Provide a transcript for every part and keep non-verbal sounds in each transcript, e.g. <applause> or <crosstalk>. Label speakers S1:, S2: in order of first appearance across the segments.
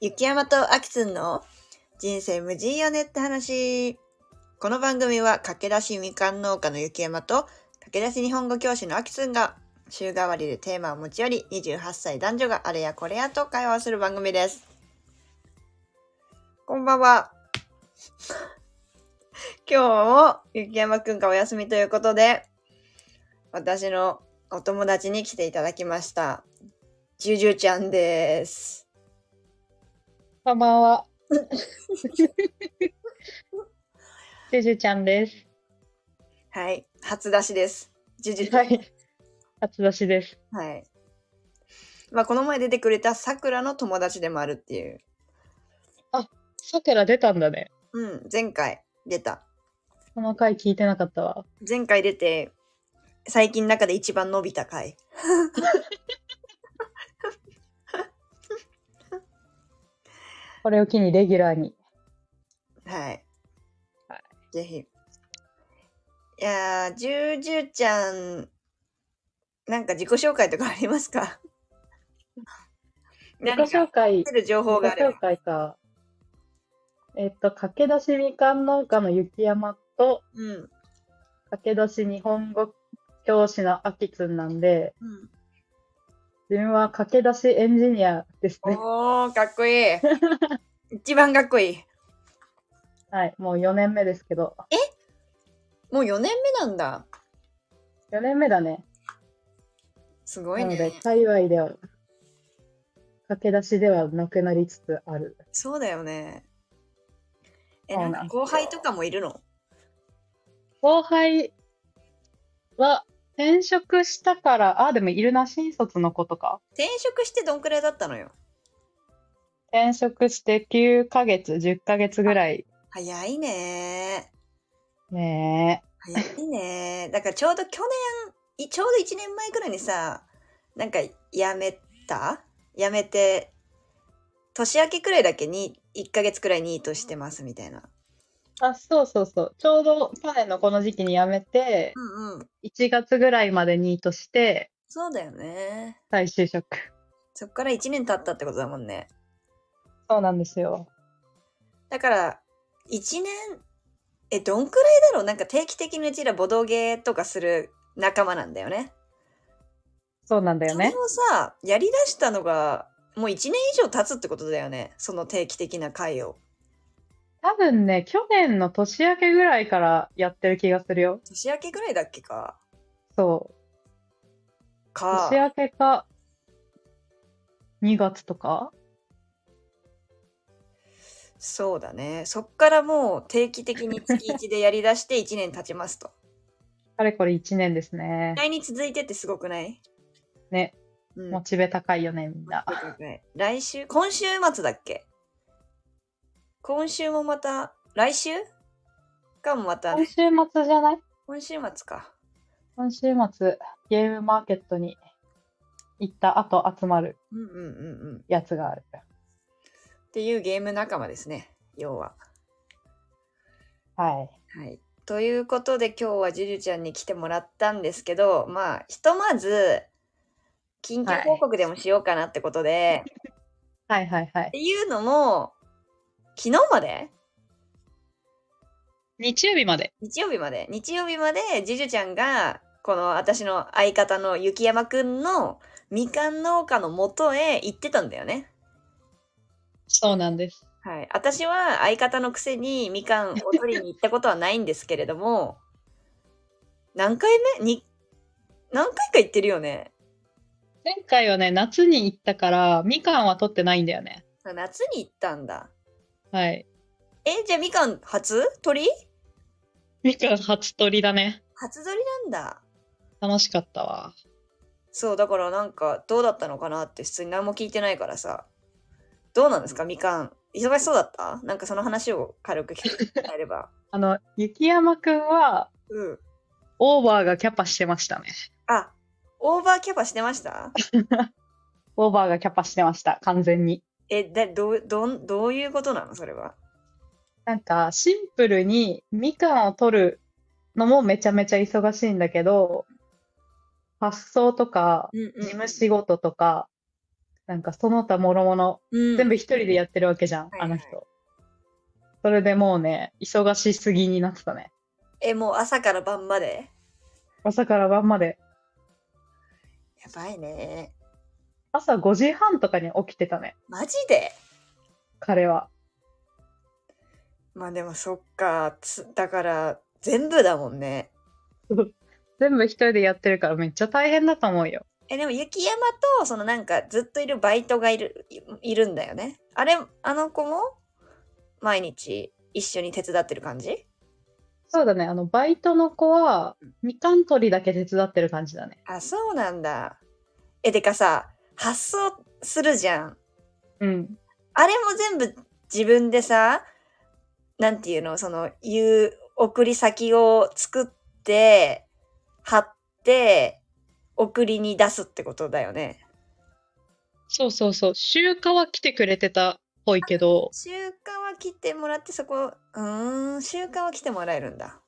S1: 雪山とあきつんの人生無人よねって話。この番組は駆け出しみかん農家の雪山と駆け出し日本語教師のあきつんが週替わりでテーマを持ち寄り28歳男女があれやこれやと会話をする番組です。こんばんは。 <laughs> 今日も雪山くんがお休みということで私のお友達に来ていただきました。ジュジュちゃんです。
S2: こんば
S1: <laughs>
S2: んは。ジュジュちゃんです。
S1: はい。初出しです。ジュジュちゃ
S2: は
S1: ん。
S2: い。初出しです。
S1: はい。まあ、この前出てくれた桜の友達でもあるっていう。
S2: さくら出たんだね。
S1: うん、前回出た。
S2: この回聞いてなかったわ。
S1: 前回出て、最近の中で一番伸びた回。
S2: これを機にレギュラーに。
S1: はい。
S2: はい
S1: ぜひ。いやー、ジュジュちゃん、なんか自己紹介とかあります
S2: <laughs>
S1: か
S2: 自
S1: 何
S2: 己
S1: か
S2: 紹介
S1: 知っ。てる情報があ
S2: 自己
S1: れば
S2: 紹。介か。えっと、駆け出しみかん農家の雪山と、
S1: うん。
S2: 駆け出し日本語教師のあきつんなんで、
S1: うん
S2: 自分は駆け出しエンジニアですね。
S1: おー、かっこいい。
S2: <laughs>
S1: 一番かっこいい。
S2: はい。もう4年目ですけど。
S1: もう4年目なんだ。
S2: 4年目だね。
S1: すごい
S2: なので
S1: ね。、
S2: 界隈では、駆け出しではなくなりつつある。
S1: そうだよね。え、
S2: そう
S1: な
S2: なんん
S1: か
S2: ですよ
S1: 後輩とかもいるの
S2: 後輩は、転職したから、あ、でもいるな、新卒の子とか。
S1: 転職してどんくらいだったのよ。
S2: 転職して9ヶ月、10ヶ月ぐらい。
S1: 早いね
S2: ねえ。
S1: ー。早いね <laughs> ー。だからちょうど去年、いちょうど1年前くらいにさ、なんか辞めた辞めて、年明けくらいだけに、1ヶ月くらいニートしてますみたいな。
S2: あ、そうそうそう。ちょうど去年のこの時期に辞めて、
S1: うんうん。
S2: 1月ぐらいまでニートして、
S1: そうだよね。
S2: 再就職。
S1: そっから1年経ったってことだもんね。
S2: そうなんですよ。
S1: だから、一年、え、どんくらいだろうなんか定期的にうちらボドゲーとかする仲間なんだよね。
S2: そうなんだよね
S1: それ。をさ、やりだしたのが、もう一年以上経つってことだよね。その定期的な会を。
S2: 多分ね、去年の年明けぐらいからやってる気がするよ。
S1: 年明けぐらいだっけか。
S2: そう。
S1: か。
S2: 年明けか、2月とか
S1: そうだね。そっからもう定期的に月1でやりだして一年経ち
S2: <laughs>
S1: ますと。
S2: あれこれ1年ですね
S1: 意。外に続いてってすごくない
S2: ね、
S1: うん。
S2: モチベ高いよね、みんな。
S1: 来週今週末だっけ今週もまた、来週かもまた
S2: 今
S1: ね、
S2: 週末じゃない
S1: 今週末か。
S2: 今週末、ゲームマーケットに行った後集まる
S1: うんうんうんうん。っ
S2: やつがある。
S1: ていうゲーム仲間ですね、要は。
S2: はい。
S1: はい。ということで今日はジュジュちゃんに来てもらったんですけど、まあ、ひとまず、近況報告でもしようかなってことで、っ
S2: はいはいはい。
S1: ていうのも、昨日まで
S2: 日曜日まで。
S1: 日曜日まで日曜日までジュジュちゃんがこの私の相方の雪山くんのみかん農家の元へ行ってたんだよね。
S2: そうなんです。
S1: はい、私は相方のくせにみかんを取りに行ったことはないんですけれども <laughs> 何回目に何回か行ってるよね
S2: 前回はね、夏に行ったから、みかんは取ってないんだよね。
S1: あ夏に行ったんだ
S2: はい。
S1: えじゃあみかん初取り
S2: みかん初取りだね。
S1: 初取りなんだ
S2: 楽しかったわ。
S1: そうだからなんかどうだったのかなって普通に何も聞いてないからさどうなんですかみかん忙しそうだったなんかその話を軽く聞いてもらえれば
S2: あの、雪山くんは、
S1: <laughs> うん
S2: オーバーがキャパしてましたね。
S1: あオーバーキャパしてました
S2: オーバーがキャパしてました、完全に。
S1: えだどうどんどういうことなのそれは
S2: なんか、シンプルにみかんを取るのもめちゃめちゃ忙しいんだけど、発送とか、
S1: うん
S2: 事務仕事とか、なんかその他諸々、
S1: うん
S2: 全部一人でやってるわけじゃん、
S1: はいはい
S2: あの人。それでもうね、忙しすぎになってたね。
S1: え、もう朝から晩まで
S2: 朝から晩まで。
S1: やばいね。
S2: 朝5時半とかに起きてたね、
S1: マジで
S2: 彼は。
S1: まあでもそっか。つだから、全部だもんね。
S2: 全部一人でやってるからめっちゃ大変だと思うよ。
S1: え、でも雪山と、そのなんかずっといるバイトがいる、いいるんだよね。あれ、あの子も、毎日一緒に手伝ってる感じ
S2: そうだね、あの、バイトの子は、みかん取りだけ手伝ってる感じだね。
S1: あ、そうなんだ。え、てかさ、発送するじゃん。
S2: うん。
S1: あれも全部自分でさ、なんていうの、その、言う、送り先を作って、貼って、送りに出すってことだよね。
S2: そうそうそう。集荷は来てくれてたっぽいけど、
S1: 集荷は来てもらって、そこ、うーん、集荷は来てもらえるんだ。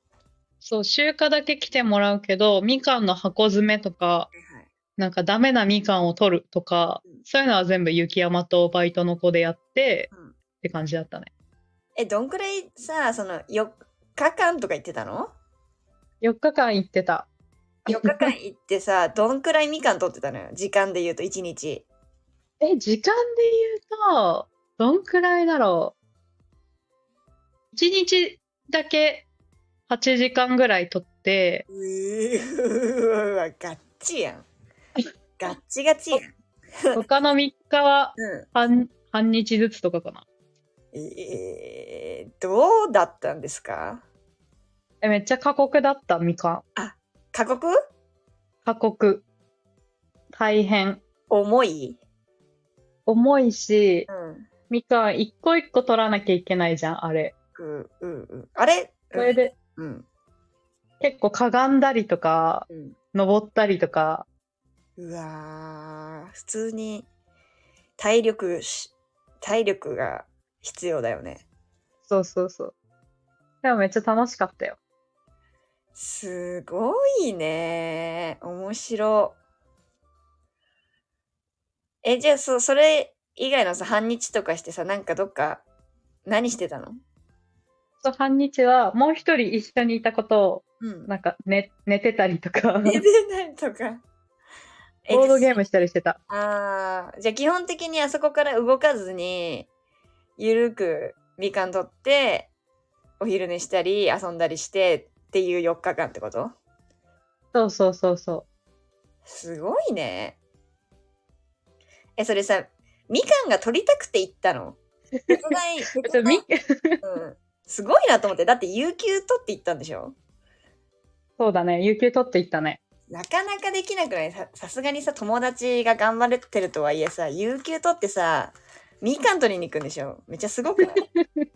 S2: そう、集荷だけ来てもらうけど、みかんの箱詰めとか、なんかダメなみかんを取るとか
S1: うん、
S2: そういうのは全部雪山とバイトの子でやって、
S1: うん
S2: って感じだったね。
S1: え、どんくらいさ、その、4日間とか言ってたの
S2: 4日間行ってた。
S1: ?4 日間行ってさ、どんくらいみかん取ってたのよ。時間で言うと1日。
S2: え、時間で言うと、どんくらいだろう。1日だけ8時間ぐらい取って、
S1: うーわ、ガッチやん。ガッチガチやん。
S2: 他の3日は
S1: うん。
S2: 半半日ずつとかかな。
S1: えー、どうだったんですか
S2: え、めっちゃ過酷だった、みかん。
S1: 過酷
S2: 過酷。大変。
S1: 重い
S2: 重いし、
S1: うん。
S2: みかん一個一個取らなきゃいけないじゃん、あれ。
S1: うんうんうん。あれ
S2: それで
S1: うん。
S2: 結構かがんだりとか、
S1: うん。
S2: 登ったりとか、
S1: うわー、普通に体力し、体力が必要だよね。
S2: そうそうそう。でもめっちゃ楽しかったよ。
S1: すごいね。面白。え、じゃあ、そ、それ以外のさ、半日とかしてさ、なんかどっか、何してたの
S2: そう半日はもう一人一緒にいたことを、
S1: うん <laughs>
S2: なんか寝寝てたりとか、ボ
S1: 寝
S2: ー
S1: てないとか。
S2: ドゲー
S1: ム。
S2: ムしたりしてた。
S1: ああ、じゃあ基本的にあそこから動かずに、ゆるくみかん取って、お昼寝したり遊んだりしてっていう4日間ってこと
S2: そうそうそうそ
S1: すごいね。え、それさ、みかんが取りたくて行ったの手
S2: <laughs>
S1: 伝い、
S2: う。
S1: 手
S2: ちょ
S1: 伝
S2: み
S1: いうんすごいなと思って。だって、有給取って行ったんでしょ
S2: そうだね、有給取っていったね。
S1: なかなかできなくないささすがにさ友達が頑張れてるとはいえさ有給取ってさみかん取りに行くんでしょめっちゃすごくない
S2: い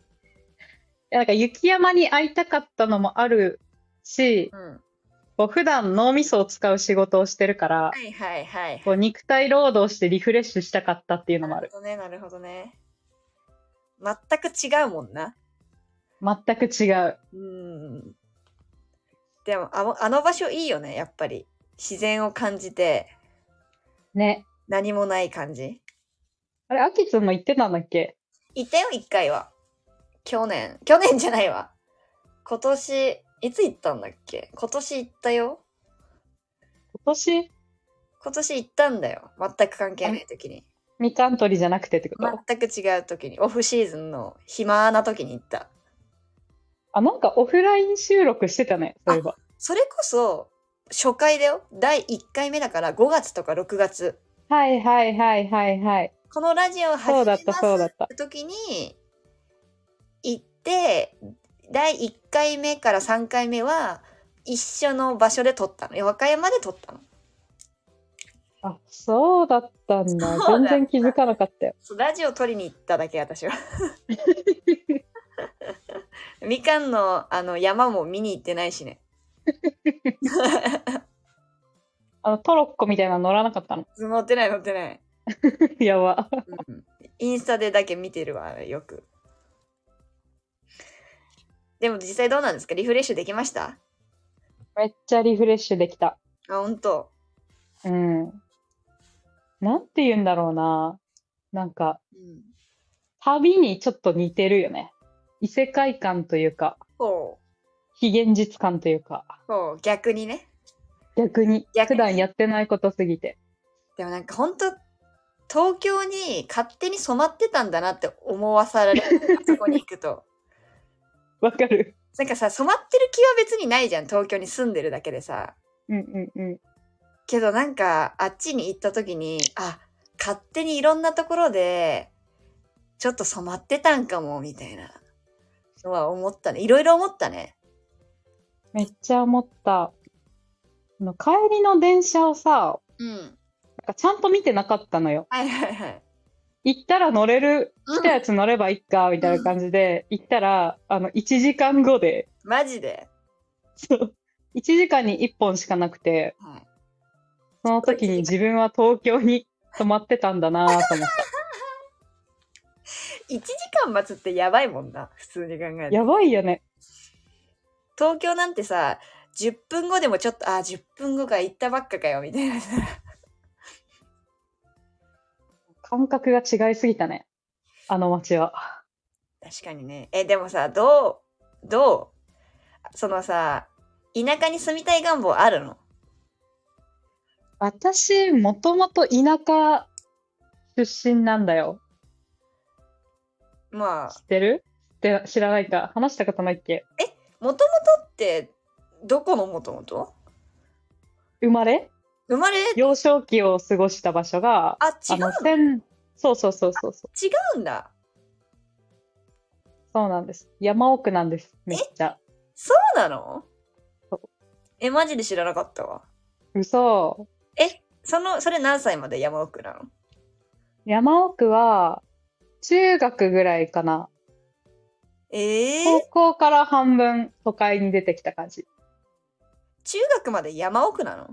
S2: やなんか雪山に会いたかったのもあるし、
S1: うん
S2: こう普段脳みそを使う仕事をしてるから、
S1: はいはいはい
S2: <laughs> こう肉体労働してリフレッシュしたかったっていうのも
S1: な
S2: あ
S1: る
S2: る。
S1: ほどねなるほどね全く違うもんな
S2: 全く違う。
S1: うんでもあのあの場所いいよねやっぱり自然を感じて
S2: ね。
S1: 何もない感じ
S2: あれ、アキツンも言ってたんだっけ
S1: 行ったよ一回は去年去年じゃないわ今年いつ行ったんだっけ今年行ったよ
S2: 今年、
S1: 今年行ったんだよ全く関係ない時に
S2: みかん取りじゃなくてってこと、
S1: 全く違う時にオフシーズンの暇な時に行った
S2: あ、なんかオフライン収録してたね、そういえば。
S1: それこそ初回だよ第1回目だから5月とか6月
S2: はいはいはいはいはい。
S1: このラジオを始
S2: そ
S1: め
S2: うだ
S1: ま
S2: っ
S1: す
S2: たそうだ
S1: っ
S2: った。
S1: て時に行って第1回目から3回目は一緒の場所で撮ったのいや和歌山で撮ったの
S2: あ、そうだったん
S1: そ
S2: だ。
S1: うだ
S2: 全然気づかなかったよ。
S1: そうラジオ撮りに行っただけ私は <laughs> みかんのあの山も見に行ってないしね
S2: あの、トロッコみたいなの乗らなかったの。 <laughs>
S1: 乗ってない乗ってない、
S2: やば。
S1: うんインスタでだけ見てるわあれよくでも実際どうなんですかリフレッシュできました
S2: めっちゃリフレッシュできた。
S1: あ本当
S2: うん。なんて言うんだろうな。なんか、
S1: うん。
S2: 旅にちょっと似てるよね。異世界観というか、
S1: ほ
S2: 非現実感というか、
S1: う。ほう。逆にね。
S2: 逆に、
S1: 逆に
S2: 普段やってないことすぎて。
S1: でもなんか本当東京に勝手に染まってたんだなって思わされるあそこに行く <laughs> と
S2: わかる
S1: なんかさ染まってる気は別にないじゃん東京に住んでるだけでさ
S2: うんうんうん。
S1: けどなんかあっちに行った時にあ勝手にいろんなところでちょっと染まってたんかもみたいなのは思ったねいろいろ思ったね
S2: めっちゃ思った。あの帰りの電車をさ、
S1: うん
S2: なんかちゃんと見てなかったのよ。
S1: はいはいはい
S2: 行ったら乗れる、
S1: うん
S2: 来たやつ乗ればいいか、みたいな感じで、行ったら、あの、1時間後で、
S1: マジで、
S2: そう。1時間に1本しかなくて、
S1: はい、
S2: その時に自分は東京に泊まってたんだなぁと思っ
S1: 1時間待つってやばいもんな普通に考え
S2: た。
S1: て
S2: <laughs> やばいよね。
S1: 東京なんてさ10分後でもちょっとあ10分後か行ったばっかかよみたいな <laughs> さ
S2: 感覚が違いすぎたね。あの街は。
S1: 確かにねえでもさどうどうそのさ田舎に住みたい願望あるの
S2: 私、もともと田舎出身なんだよ。
S1: まあ
S2: 知ってるって知らないか。話したことないっけ
S1: もともとってどこのもともと
S2: 生まれ
S1: 生まれ
S2: 幼少期を過ごした場所が、
S1: あ違
S2: あ
S1: うの
S2: の、仙そうそうそうそうそう。
S1: 違うんだ
S2: そうなんです。山奥なんです。めっちゃ。
S1: そうなの
S2: そう
S1: えマジで知らなかったわ
S2: 嘘。
S1: えそのそれ何歳まで山奥なの
S2: 山奥は、中学ぐらいかな。
S1: えー
S2: 高、校から半分都会に出てきた感じ。
S1: 中学まで山奥 <laughs> なの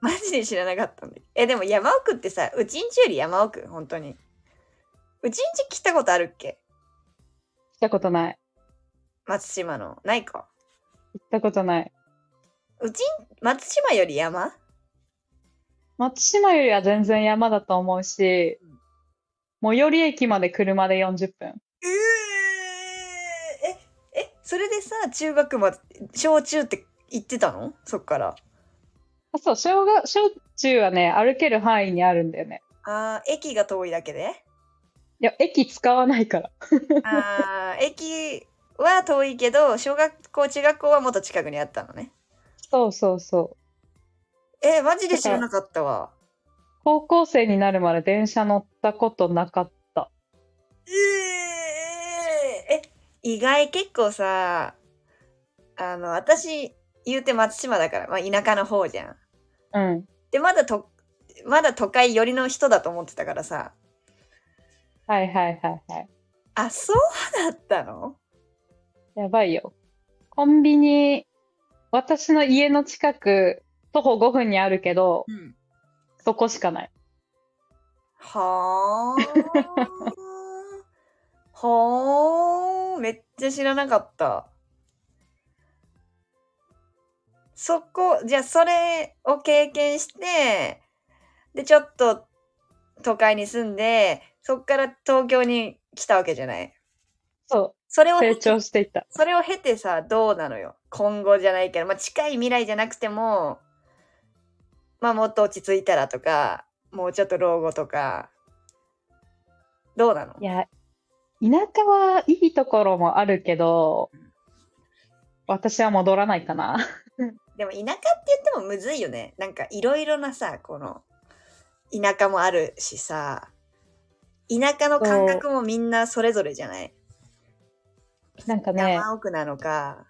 S1: マジで知らなかったんで。え、でも山奥ってさ、うちんちより山奥、本当に。うちんち来たことあるっけ
S2: 来たことない。
S1: 松島の。ないか。
S2: 行ったことない。
S1: うちん、松島より山
S2: 松島よりは全然山だと思うし
S1: うん、
S2: 最寄り駅まで車で40分。
S1: ええ、え、それでさ、中学まで、小中って行ってたのそっから。
S2: あそう、小学、小中はね、歩ける範囲にあるんだよね。
S1: あー駅が遠いだけで
S2: いや、駅使わないから。
S1: あ <laughs> ー駅は遠いけど、小学校、中学校はもっと近くにあったのね。
S2: そうそうそう。
S1: え、マジで知らなかったわ。
S2: 高校生になるまで電車乗ったことなかった。
S1: えーえ、意外結構さ、あの、私、言うて松島だから、まあ田舎の方じゃん。
S2: うん。
S1: で、まだと、まだ都会寄りの人だと思ってたからさ、
S2: はいはいはいはい。
S1: あ、そうだったの
S2: やばいよ。コンビニ、私の家の近く、徒歩5分にあるけど、
S1: うん。
S2: そこしかない。
S1: はあ。はあ。めっちゃ知らなかった。そこ、じゃあそれを経験して、で、ちょっと都会に住んで、そっから東京に来たわけじゃない。
S2: そ
S1: それ
S2: う、
S1: を、
S2: <laughs> 成長していった。
S1: それを経てさ、どうなのよ。今後じゃないけど、まあ、近い未来じゃなくても、まあ、もっと落ち着いたらとか、もうちょっと老後とか、どうなの
S2: いや、田舎はいいところもあるけど、私は戻らないかな。 <laughs>
S1: でも田舎って言ってもむずいよね。なんかいろいろなさ、この、田舎もあるしさ、田舎の感覚もみんなそれぞれじゃない、
S2: なんかね、
S1: 山奥なのか。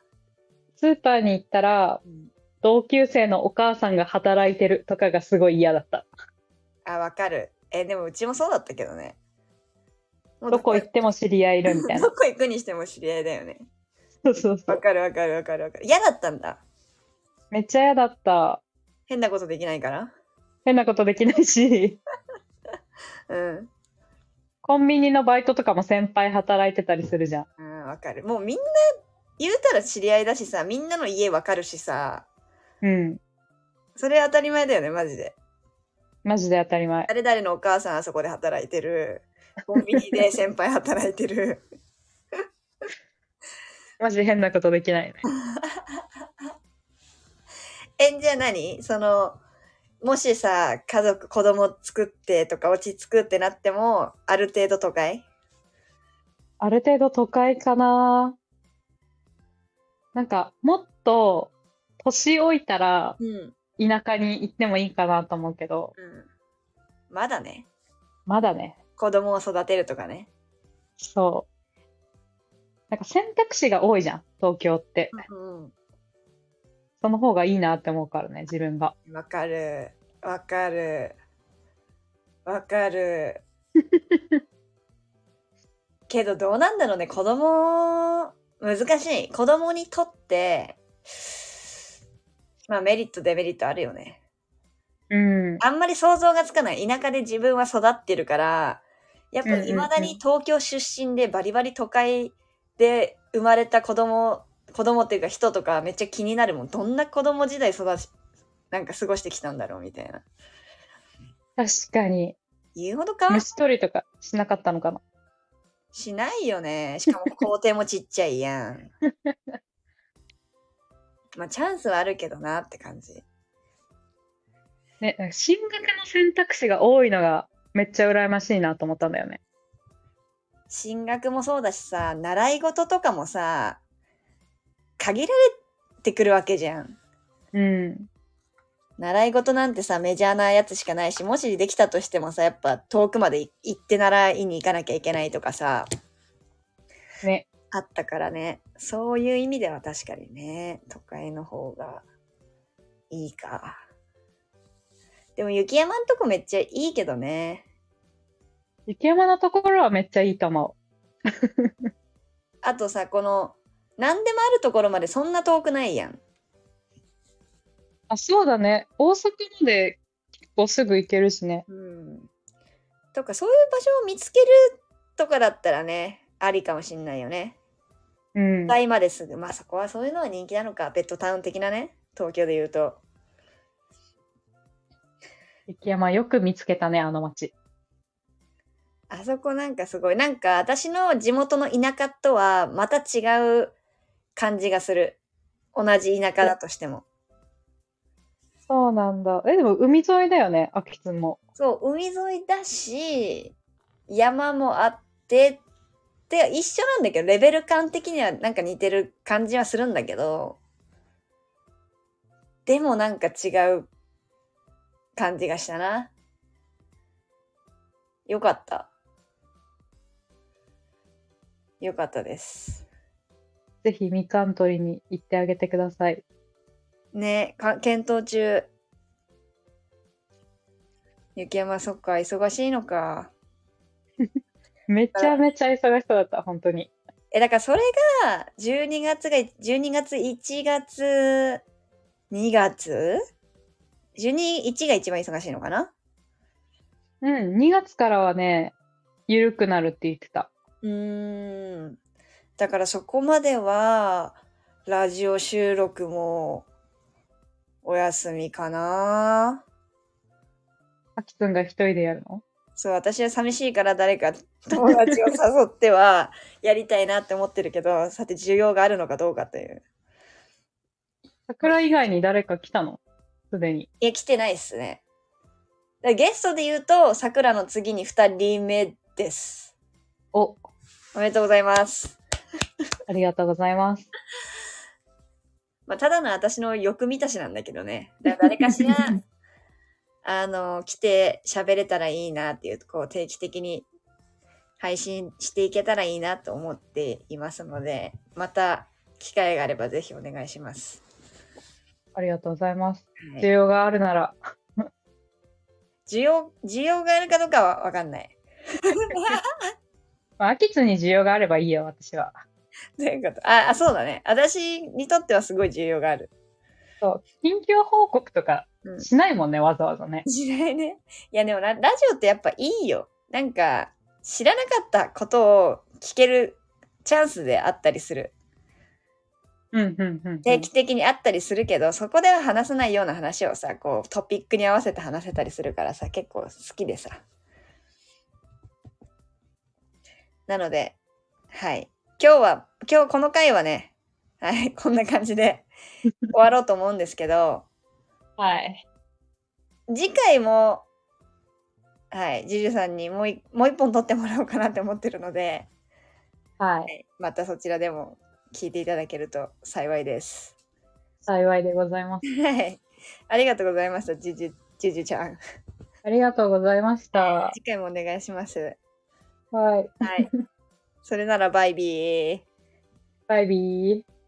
S2: スーパーに行ったら、
S1: うん
S2: 同級生のお母さんが働いてるとかがすごい嫌だった。
S1: あ、わかる。え、でもうちもそうだったけどね。もう
S2: どこ行っても知り合いいるみたいな
S1: ど。こ行くにしても知り合いだよね。
S2: <laughs> そうそうそ
S1: わ
S2: う。
S1: かるわかるわかるわかる。嫌だったんだ。
S2: めっちゃ嫌だった。
S1: 変なことできないから。
S2: 変なことできないし。 <laughs>
S1: うん。
S2: コンビニのバイトとかも先輩働いてたりするじゃん。
S1: うん、わかる。もうみんな、言うたら知り合いだしさ、みんなの家わかるしさ、
S2: うん。
S1: それ当たり前だよね、マジで。
S2: マジで当たり前。
S1: 誰々のお母さんあそこで働いてる。コンビニで先輩働いてる。
S2: マジで変なことできないね。
S1: え、じゃあ何その、もしさ、家族、子供作ってとか、落ち着くってなっても、ある程度都会
S2: ある程度都会かな。なんか、もっと、年老いたら
S1: うん。うん。
S2: 田舎に行ってもいいかなと思うけど、
S1: まだね。
S2: まだね、
S1: 子供を育てるとかね。
S2: そう。なんか選択肢が多いじゃん、東京って。
S1: うん。
S2: その方がいいなって思うからね、自分が。
S1: わかる。わかる。わかる。けどどうなんだろうね。子供、難しい。子供にとって、まあメリット、デメリットあるよね。
S2: うん。
S1: あんまり想像がつかない。田舎で自分は育ってるから、やっぱ未だに東京出身でバリバリ都会で生まれた子供、子供っていうか人とかめっちゃ気になるもん。どんな子供時代育ち、なんか過ごしてきたんだろうみたいな。
S2: 確かに。
S1: 言うほどか
S2: 虫取りとかしなかったのかな。
S1: しないよね。しかも工程もちっちゃいやん。まあチャンスはあるけどなって感じ。
S2: ね、なんか進学の選択肢が多いのがめっちゃ羨ましいなと思ったんだよね。
S1: 進学もそうだしさ、習い事とかもさ、限られてくるわけじゃん。
S2: うん。
S1: 習い事なんてさメジャーなやつしかないしもしできたとしてもさやっぱ遠くまでい行って習いに行かなきゃいけないとかさ
S2: ね。
S1: あったからねそういう意味では確かにね都会の方がいいかでも雪山んとこめっちゃいいけどね
S2: 雪山のところはめっちゃいいと思
S1: あとさこの何でもあるところまでそんな遠くないやん
S2: う。あ、そうだね。大阪まで結構すぐ行けるしね。
S1: うんとかそういう場所を見つけるとかだったらねありかもしんないよね
S2: うん。
S1: 台まですぐ、まあそこはそういうのは人気なのか、ベッドタウン的なね、東京で言うと。
S2: 雪山よく見つけたね、あの街。
S1: あそこなんかすごい、なんか私の地元の田舎とはまた違う感じがする。同じ田舎だとしても。
S2: そうなんだ。え、でも海沿いだよね、秋津も。
S1: そう、海沿いだし、山もあって、で、一緒なんだけど、レベル感的にはなんか似てる感じはするんだけど、でもなんか違う感じがしたな。よかった。よかったです。
S2: ぜひみかん取りに行ってあげてください。
S1: ねか検討中。雪山、そっか、忙しいのか。
S2: めちゃめちゃ忙しそうだった、本当に。
S1: え、だからそれが、12月が、12月、1月、2月 ?12、1が一番忙しいのかな
S2: うん、2月からはね、ゆるくなるって言ってた。
S1: うーん。だからそこまでは、ラジオ収録も、お休みかな
S2: あきつんが一人でやるの
S1: そう、私は寂しいから誰か友達を誘っては、やりたいなって思ってるけど、さて需要があるのかどうかという。
S2: 桜以外に誰か来たのすでに。
S1: いや、来てないっすね。だからゲストで言うと、桜の次に2人目です。
S2: お、
S1: おめでとうございます。
S2: ありがとうございます。
S1: まあ、ただの私の欲満たしなんだけどね。だから誰かしら、あの、来て喋れたらいいなっていう、こう、定期的に配信していけたらいいなと思っていますので、また機会があればぜひお願いします。
S2: ありがとうございます。
S1: はい
S2: 需要があるなら。
S1: 需要、需要があるかどうかはわかんない。
S2: まあ、秋津に需要があればいいよ、私は。
S1: ということ。あ、あ、そうだね。私にとってはすごい需要がある。
S2: そう、緊急報告とか
S1: うん
S2: しないもんね、わざわざね。
S1: 時代ね。いやでもララジオってやっぱいいよ。なんか知らなかったことを聞けるチャンスであったりする。
S2: うんうんうんうん。
S1: 定期的にあったりするけど、そこでは話さないような話をさこうトピックに合わせて話せたりするからさ結構好きでさなのではい今日は今日この回はねはいこんな感じで終わろうと思うんですけど
S2: はい。
S1: 次回もはいジュジュさんにもういもう一本撮ってもらおうかなって思ってるので、
S2: はい。
S1: またそちらでも聞いていただけると幸いです。
S2: 幸いでございます。
S1: はい。ありがとうございました、ジュジュ、ジュジュちゃん。
S2: ありがとうございました。
S1: 次回もお願いします。
S2: はい。
S1: はい。それならバイビー。
S2: バイビー。